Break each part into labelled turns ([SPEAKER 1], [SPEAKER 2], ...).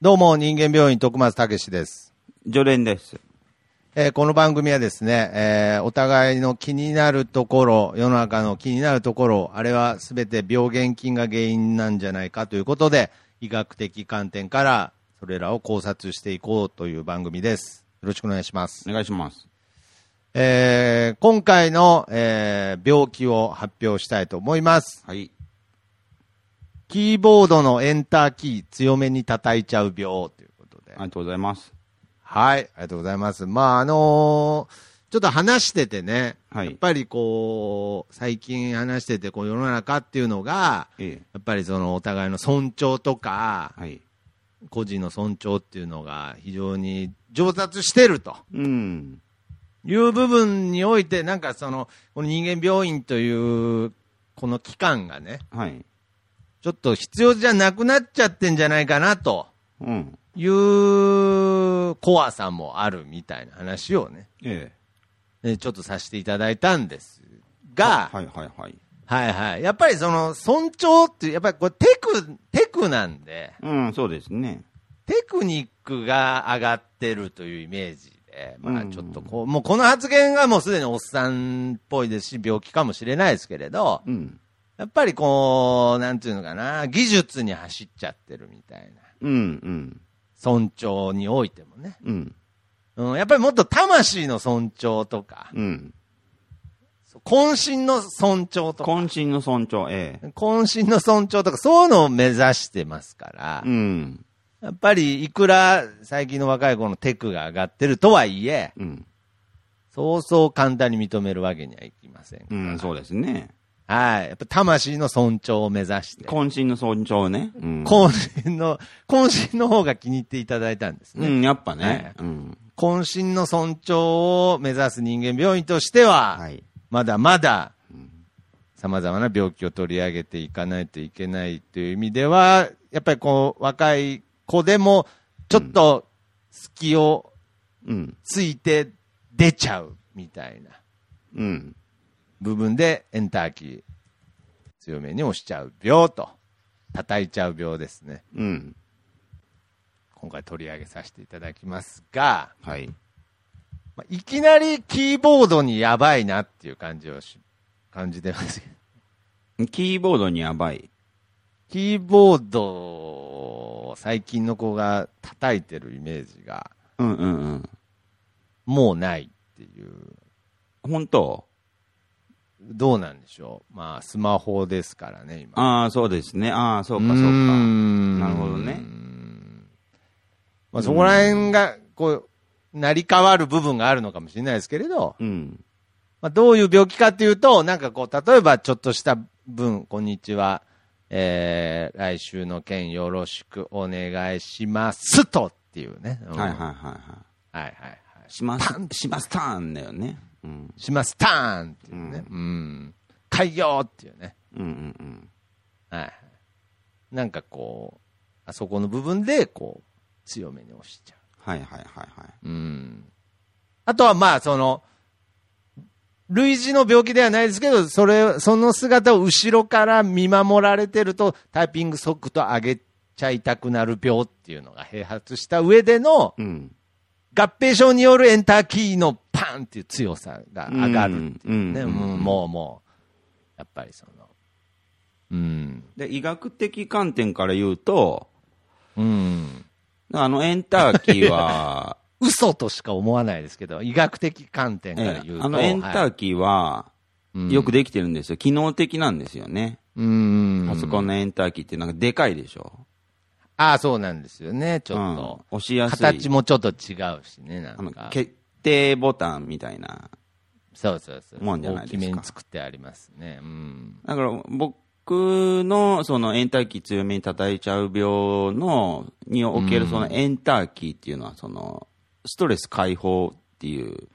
[SPEAKER 1] どうも、人間病院徳松武史です。
[SPEAKER 2] 常連です。
[SPEAKER 1] えーこの番組はですね、えーお互いの気になるところ、世の中の気になるところ、あれはすべて病原菌が原因なんじゃないかということで、医学的観点からそれらを考察していこうという番組です。よろしくお願いします。
[SPEAKER 2] お願いします。
[SPEAKER 1] えー今回の、えー病気を発表したいと思います。
[SPEAKER 2] はい。
[SPEAKER 1] キーボードのエンターキー強めに叩いちゃう病ということで
[SPEAKER 2] あ。りがとうございます。
[SPEAKER 1] はい、ありがとうございます。まあ、あのーちょっと話しててね、
[SPEAKER 2] はい
[SPEAKER 1] やっぱりこう、最近話してて、こう、世の中っていうのが、
[SPEAKER 2] ええ。
[SPEAKER 1] やっぱりその、お互いの尊重とか、
[SPEAKER 2] はい。
[SPEAKER 1] 個人の尊重っていうのが非常に上達してると
[SPEAKER 2] うん。
[SPEAKER 1] いう部分において、なんかその、この人間病院という、この機関がね、
[SPEAKER 2] はい。
[SPEAKER 1] ちょっと必要じゃなくなっちゃってんじゃないかなと
[SPEAKER 2] うん。
[SPEAKER 1] いう怖さもあるみたいな話をね、
[SPEAKER 2] ええ。
[SPEAKER 1] えーちょっとさせていただいたんですが、
[SPEAKER 2] はいはいはい。
[SPEAKER 1] はいはい。やっぱりその、尊重っていう、やっぱりこれテク、テクなんで、
[SPEAKER 2] うん、そうですね。
[SPEAKER 1] テクニックが上がってるというイメージで、まあ
[SPEAKER 2] うん
[SPEAKER 1] ちょっとこう、もうこの発言がもうすでにおっさんっぽいですし、病気かもしれないですけれど、
[SPEAKER 2] うん。
[SPEAKER 1] やっぱりこう、なんていうのかな、技術に走っちゃってるみたいな。
[SPEAKER 2] うん、うん。
[SPEAKER 1] 尊重においてもね。
[SPEAKER 2] うん。
[SPEAKER 1] うん、やっぱりもっと魂の尊重とか、
[SPEAKER 2] うん。
[SPEAKER 1] 渾身の尊重とか。
[SPEAKER 2] 渾身の尊重、ええ。
[SPEAKER 1] 渾身の尊重とか、そういうのを目指してますから、
[SPEAKER 2] うん。
[SPEAKER 1] やっぱりいくら最近の若い子のテクが上がってるとはいえ、
[SPEAKER 2] うん。
[SPEAKER 1] そうそう簡単に認めるわけにはいきません。
[SPEAKER 2] うん、そうですね。
[SPEAKER 1] はい。やっぱ魂の尊重を目指して、
[SPEAKER 2] 渾身の尊重ね。うん。
[SPEAKER 1] 渾身の、渾身の方が気に入っていただいたんです
[SPEAKER 2] う
[SPEAKER 1] ね。
[SPEAKER 2] ん、やっぱね。
[SPEAKER 1] はい
[SPEAKER 2] うん。
[SPEAKER 1] 渾身の尊重を目指す人間病院としては、
[SPEAKER 2] はい。
[SPEAKER 1] まだまだ、様々な病気を取り上げていかないといけないという意味では、やっぱりこう、若い子でも、ちょっと、隙を
[SPEAKER 2] うん。
[SPEAKER 1] ついて出ちゃうみたいな
[SPEAKER 2] うん。
[SPEAKER 1] 部分で、エンターキー、強めに押しちゃう病と、叩いちゃう病ですね。
[SPEAKER 2] うん。
[SPEAKER 1] 今回取り上げさせていただきますが、
[SPEAKER 2] はい。
[SPEAKER 1] まあいきなりキーボードにやばいなっていう感じをし、感じてますけど
[SPEAKER 2] キーボードにやばい。
[SPEAKER 1] キーボードを最近の子が叩いてるイメージが
[SPEAKER 2] うんうんうん。
[SPEAKER 1] もうないっていう。
[SPEAKER 2] 本当
[SPEAKER 1] どうなんでしょう。まあ、スマホですからね、今。
[SPEAKER 2] ああ、そうですね。ああ、そううかそうか。
[SPEAKER 1] ん
[SPEAKER 2] なるほどね。
[SPEAKER 1] まあ、そこら辺が、こう、成り変わる部分があるのかもしれないですけれど、
[SPEAKER 2] うん。
[SPEAKER 1] まあ、どういう病気かっていうと、なんかこう、例えばちょっとした分、こんにちは、えー、来週の件よろしくお願いしますとっていうね。うん
[SPEAKER 2] はいはいはいは
[SPEAKER 1] はいはいはい。
[SPEAKER 2] い。します、しますターンだよね。うん。
[SPEAKER 1] しますターンっていうね。うん。開業っていうね。
[SPEAKER 2] うんうん
[SPEAKER 1] はい。なんかこう、あそこの部分で、こう、強めに押しちゃ
[SPEAKER 2] はいはいはいは
[SPEAKER 1] う。うん。あとはまあ、その、類似の病気ではないですけど、それ、その姿を後ろから見守られてると、タイピング速度上げちゃいたくなる病っていうのが併発した上での、
[SPEAKER 2] い。うん。
[SPEAKER 1] 合併症によるエンターキーのパンっていう強さが上がるっていうね、
[SPEAKER 2] うんうんう
[SPEAKER 1] う
[SPEAKER 2] ん
[SPEAKER 1] んもうもう、やっぱりその、うん、
[SPEAKER 2] で、医学的観点から言うと、
[SPEAKER 1] うん、
[SPEAKER 2] あの、エンターキ ーは、
[SPEAKER 1] 嘘としか思わないですけど、医学的観点から
[SPEAKER 2] え
[SPEAKER 1] 言
[SPEAKER 2] え
[SPEAKER 1] うと、
[SPEAKER 2] あの、エンタ
[SPEAKER 1] はい
[SPEAKER 2] ーキーは、よくできてるんですよ。機能的なんですよね。
[SPEAKER 1] うん、
[SPEAKER 2] パソコンのエンターキーってなんかでかいでしょ。
[SPEAKER 1] ああ、そうなんですよね、ち
[SPEAKER 2] う
[SPEAKER 1] ょっ
[SPEAKER 2] ん
[SPEAKER 1] と。。
[SPEAKER 2] 押しやすい。
[SPEAKER 1] 形もちょっと違うしね、な
[SPEAKER 2] あ
[SPEAKER 1] ん
[SPEAKER 2] の
[SPEAKER 1] か。
[SPEAKER 2] 決定ボタンみたいな。
[SPEAKER 1] そうそうそう。
[SPEAKER 2] もんじゃないですか
[SPEAKER 1] 大きめに作ってありますね。うん。
[SPEAKER 2] だから僕のそのエンターキー強めに叩いちゃう病のにおけるそのエンターキーっていうのはそのストレス解放っていう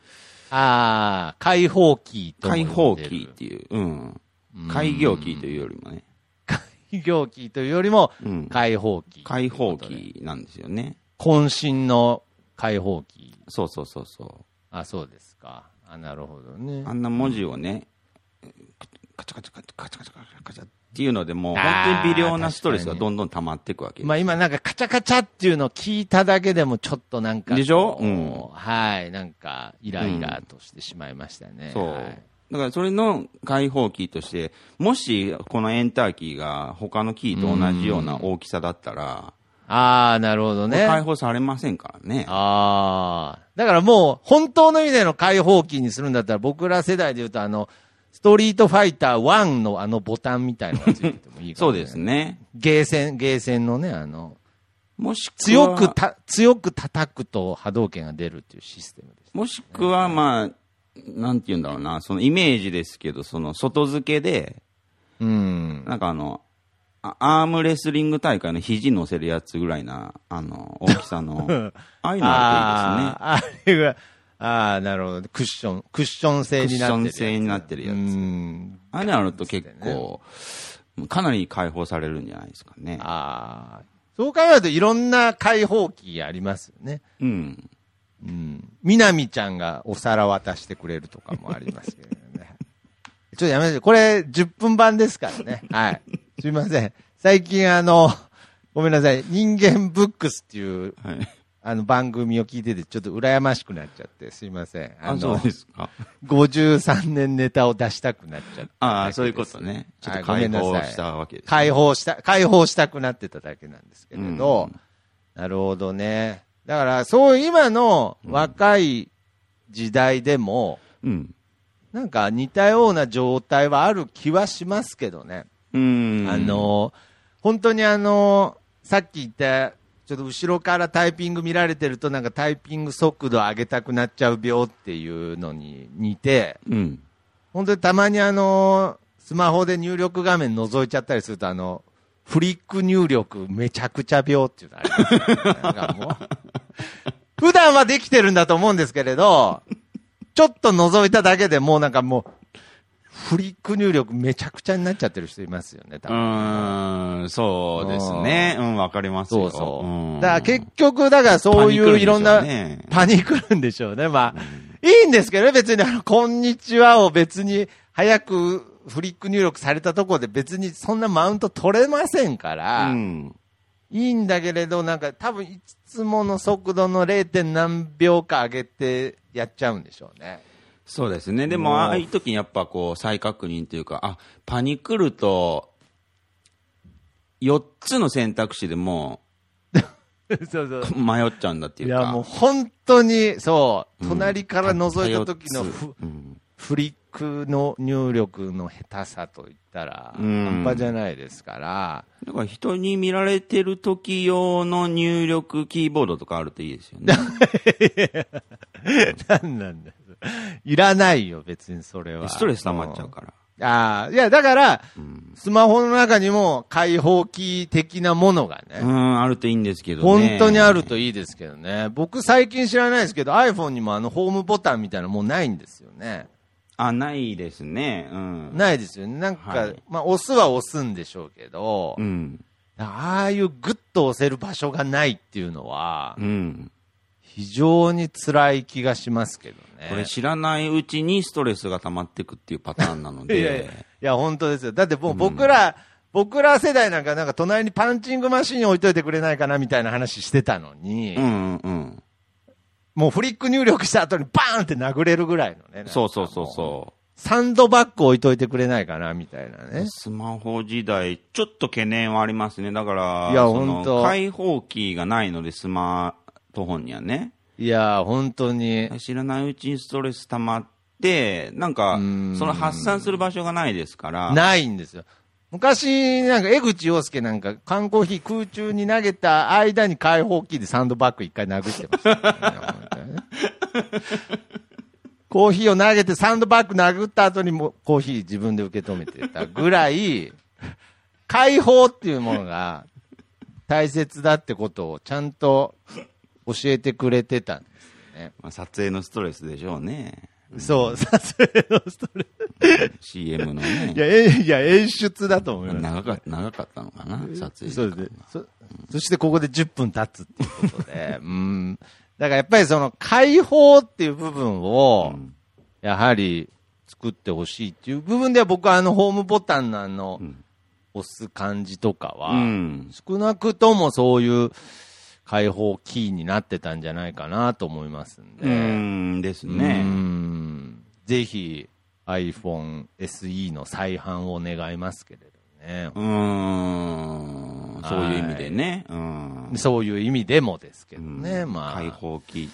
[SPEAKER 1] ああ、解放期とも呼
[SPEAKER 2] 解
[SPEAKER 1] んでる。
[SPEAKER 2] 放キーっていう、うん、開業キーというよりもね、
[SPEAKER 1] 開業期というよりも
[SPEAKER 2] うん、
[SPEAKER 1] 解放期。
[SPEAKER 2] 解放キーなんですよね。
[SPEAKER 1] 渾身の解放期。
[SPEAKER 2] そうそうそうそ
[SPEAKER 1] あ、そうですか。あ、なるほどね
[SPEAKER 2] う。あ。んな文字をね、カチャカチャカチャカチャカチャカチャカチャっていうので、もう本当に微量なストレスがどんどん溜まっていくわけ。
[SPEAKER 1] まあ今なんかカチャカチャっていうのを聞いただけでもちょっとなんか。
[SPEAKER 2] でしょ
[SPEAKER 1] こう
[SPEAKER 2] うん
[SPEAKER 1] はい。なんか、イライラとしてしまいましたね。
[SPEAKER 2] そう
[SPEAKER 1] はい。
[SPEAKER 2] だからそれの解放キーとして、もしこのエンターキーが他のキーと同じような大きさだったら、
[SPEAKER 1] ああ、なるほど
[SPEAKER 2] これ
[SPEAKER 1] ね。
[SPEAKER 2] 解放されませんからね。
[SPEAKER 1] ああ。だからもう、本当の意味での解放機にするんだったら、僕ら世代で言うと、あの、ストリートファイター1のあのボタンみたいなのがついててもいいか
[SPEAKER 2] そ
[SPEAKER 1] も
[SPEAKER 2] う
[SPEAKER 1] ね
[SPEAKER 2] です。ね。
[SPEAKER 1] ゲーセン、ゲーセンのね、あの、
[SPEAKER 2] もしくは、
[SPEAKER 1] 強くた、強く叩くと波動拳が出るっていうシステムです。
[SPEAKER 2] もしくは、まあ、なんて言うんだろうな、そのイメージですけど、その外付けで、
[SPEAKER 1] うん。
[SPEAKER 2] なんかあの、あアームレスリング大会の肘乗せるやつぐらいな、あの、大きさの、 ああいうのが
[SPEAKER 1] あーあれが、ああ、なるほど。クッション、クッション
[SPEAKER 2] い
[SPEAKER 1] 性
[SPEAKER 2] いですね。
[SPEAKER 1] に
[SPEAKER 2] クッ
[SPEAKER 1] なってるやつ。
[SPEAKER 2] ション性になってるや
[SPEAKER 1] う
[SPEAKER 2] つ。
[SPEAKER 1] ん。
[SPEAKER 2] ああいうのあると結構、かなり解放されるんじゃないですかね。
[SPEAKER 1] ああ。そう考えるといろんな解放機ありますよね。
[SPEAKER 2] うん。
[SPEAKER 1] うん。みなみちゃんがお皿渡してくれるとかもありますけどね。 ちょっとやめて、これ10分版ですから ね。はい。すいません。最近あの、ごめんなさい。人間ブックスっていう、
[SPEAKER 2] はい。
[SPEAKER 1] あの番組を聞いてて、ちょっと羨ましくなっちゃって、すいません。
[SPEAKER 2] あ、そ
[SPEAKER 1] の
[SPEAKER 2] う、ですか。
[SPEAKER 1] 53年ネタを出したくなっちゃって。
[SPEAKER 2] ああ、そういうことね。ちょっ
[SPEAKER 1] はい
[SPEAKER 2] と
[SPEAKER 1] ごめ
[SPEAKER 2] 解
[SPEAKER 1] んなさい
[SPEAKER 2] 放したわけですね。
[SPEAKER 1] 解放した、解放したくなってただけなんですけれど、
[SPEAKER 2] うん
[SPEAKER 1] なるほどね。だから、そういう今の若い時代でも、
[SPEAKER 2] うん。
[SPEAKER 1] なんか似たような状態はある気はしますけどね。
[SPEAKER 2] うん。
[SPEAKER 1] あ、の、本当にあの、さっき言った、ちょっと後ろからタイピング見られてると、なんかタイピング速度上げたくなっちゃう病っていうのに似て、
[SPEAKER 2] うん。
[SPEAKER 1] 本当にたまにあの、スマホで入力画面覗いちゃったりすると、あの、フリック入力めちゃくちゃ病っていうのありますよね、なんかもう普段はできてるんだと思うんですけれど、ちょっと覗いただけでもうなんかもう、フリック入力めちゃくちゃになっちゃってる人いますよね、多
[SPEAKER 2] う
[SPEAKER 1] 分。
[SPEAKER 2] ーん、そうですね。うん、わかります
[SPEAKER 1] そ
[SPEAKER 2] よ。
[SPEAKER 1] うそう。
[SPEAKER 2] ん
[SPEAKER 1] だから結局、だからそういういろんな
[SPEAKER 2] パニックるんでしょうね
[SPEAKER 1] パニクるんでしょうね。まあ、いいんですけどね、別にあの、こんにちはを別に早くフリック入力されたところで別にそんなマウント取れませんから、
[SPEAKER 2] うん。
[SPEAKER 1] いいんだけれど、なんか多分いつもの速度の 0. 点何秒か上げてやっちゃうんでしょうね。
[SPEAKER 2] そうですね。で
[SPEAKER 1] もう
[SPEAKER 2] も、ああいう時にやっぱこう、再確認というか、あ、パニクると、4つの選択肢でも
[SPEAKER 1] そうそう。
[SPEAKER 2] う迷っちゃうんだってい
[SPEAKER 1] いう
[SPEAKER 2] か。
[SPEAKER 1] や、もう本当に、そう、
[SPEAKER 2] うん
[SPEAKER 1] 隣から覗いた時の
[SPEAKER 2] たった
[SPEAKER 1] ふ、
[SPEAKER 2] 四つうん
[SPEAKER 1] フリックの入力の下手さといったら、
[SPEAKER 2] うん
[SPEAKER 1] 半端じゃないですから、
[SPEAKER 2] だから人に見られてる時用の入力キーボードとかあるといいです よね。
[SPEAKER 1] なんなんだよいらないよ、別にそれは。
[SPEAKER 2] ストレス溜まっちゃうから。
[SPEAKER 1] ら。ああ、いや、だから、
[SPEAKER 2] うん、
[SPEAKER 1] スマホの中にも開放機的なものが
[SPEAKER 2] う
[SPEAKER 1] ね、
[SPEAKER 2] ん、あるといいんですけどね。
[SPEAKER 1] 本当にあるといいですけどね。僕最近知らないですけど、iPhone にもあのホームボタンみたいなのもうないんですよね。
[SPEAKER 2] あ、ないですね。うん。
[SPEAKER 1] ないですよね。なんか、
[SPEAKER 2] はい
[SPEAKER 1] まあ、押すは押すんでしょうけど、
[SPEAKER 2] うん。
[SPEAKER 1] ああいうグッと押せる場所がないっていうのは、
[SPEAKER 2] うん。
[SPEAKER 1] 非常に辛い気がしますけどね。
[SPEAKER 2] これ知らないうちにストレスが溜まっていくっていうパターンなので。
[SPEAKER 1] いやいやいや、本当ですよ。だってもう僕ら、僕ら世代なんか、なんか隣にパンチングマシン置いといてくれないかなみたいな話してたのに、
[SPEAKER 2] うんうんうん。
[SPEAKER 1] もうフリック入力した後にバーンって殴れるぐらいのね。
[SPEAKER 2] そうそうそう
[SPEAKER 1] う。
[SPEAKER 2] そ
[SPEAKER 1] サンドバッグ置いといてくれないかなみたいな
[SPEAKER 2] う。
[SPEAKER 1] ね。
[SPEAKER 2] スマホ時代、ちょっと懸念はありますね。だから、
[SPEAKER 1] いや
[SPEAKER 2] その
[SPEAKER 1] ほんと
[SPEAKER 2] 開放キーがないので、スマートフォンにはね。
[SPEAKER 1] いやー、本当に。
[SPEAKER 2] 知らないうちにストレス溜まって、なんか、
[SPEAKER 1] ん
[SPEAKER 2] その発散する場所がないですから。
[SPEAKER 1] ないんですよ。昔、なんか江口洋介なんか缶コーヒー空中に投げた間に開放キーでサンドバッグ一回殴ってま したからね、コーヒーを投げてサンドバッグ殴った後にもコーヒー自分で受け止めてたぐらい、解放っていうものが大切だってことをちゃんと教えてくれてたんですよね。
[SPEAKER 2] まあ、撮影のストレスでしょうね。
[SPEAKER 1] そう、撮影のストレ
[SPEAKER 2] CM の
[SPEAKER 1] いや、
[SPEAKER 2] ね。
[SPEAKER 1] えいや演出だと思います。
[SPEAKER 2] 長か長かったのかな、撮影時
[SPEAKER 1] そ
[SPEAKER 2] 間
[SPEAKER 1] うですね。そそしてここで10分経つっていうこと で、うん。だからやっぱりその解放っていう部分を、やはり作ってほしいっていう部分では僕はあのホームボタンのあの、
[SPEAKER 2] ん
[SPEAKER 1] 押す感じとかは、
[SPEAKER 2] うん。
[SPEAKER 1] 少なくともそういう解放キーになってたんじゃないかなと思いますんで。
[SPEAKER 2] うんです
[SPEAKER 1] う
[SPEAKER 2] ね。
[SPEAKER 1] んぜひ iPhone SE の再販を願いますけれどね。
[SPEAKER 2] うん。そういう意味でね。うん。
[SPEAKER 1] そういう意味でもですけど
[SPEAKER 2] うん
[SPEAKER 1] ね、まあ。
[SPEAKER 2] 開放機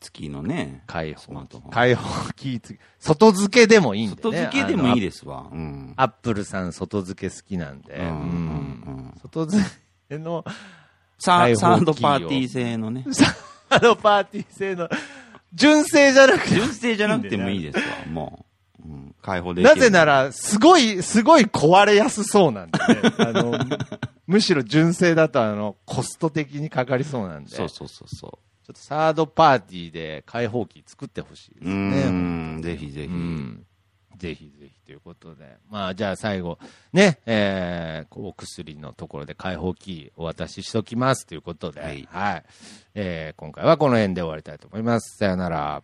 [SPEAKER 2] 付きのね。
[SPEAKER 1] 開
[SPEAKER 2] スマ
[SPEAKER 1] 放
[SPEAKER 2] ートフォン
[SPEAKER 1] 開放キー付き外付けでもいいんでね。
[SPEAKER 2] 外付けでもいい
[SPEAKER 1] す。
[SPEAKER 2] ですわ。うん。
[SPEAKER 1] アップルさん外付け好きなんで。
[SPEAKER 2] うんうん
[SPEAKER 1] うん外付けの
[SPEAKER 2] サ
[SPEAKER 1] 開放機を
[SPEAKER 2] サードパーティー製のね。
[SPEAKER 1] サードパーティー製の純正じゃなくて
[SPEAKER 2] 純正じゃなくてもいいですわ、もう。うん。開放でき
[SPEAKER 1] な
[SPEAKER 2] る
[SPEAKER 1] ぜなら、すごい、すごい壊れやすそうなんで、 ね、あの、むしろ純正だと、あの、コスト的にかかりそうなんで、
[SPEAKER 2] そう
[SPEAKER 1] ちょ
[SPEAKER 2] そうそうそ
[SPEAKER 1] っとサードパーティーで開放機作ってほしいで
[SPEAKER 2] う。
[SPEAKER 1] す
[SPEAKER 2] う
[SPEAKER 1] ね。
[SPEAKER 2] ん。ぜひぜ
[SPEAKER 1] う
[SPEAKER 2] ひ。
[SPEAKER 1] ん。ぜひぜひということで。まあ、じゃあ最後、ね、えー、お薬のところで開放キーお渡ししときますということで、
[SPEAKER 2] はい
[SPEAKER 1] はい、えー、今回はこの辺で終わりたいと思います。さよなら。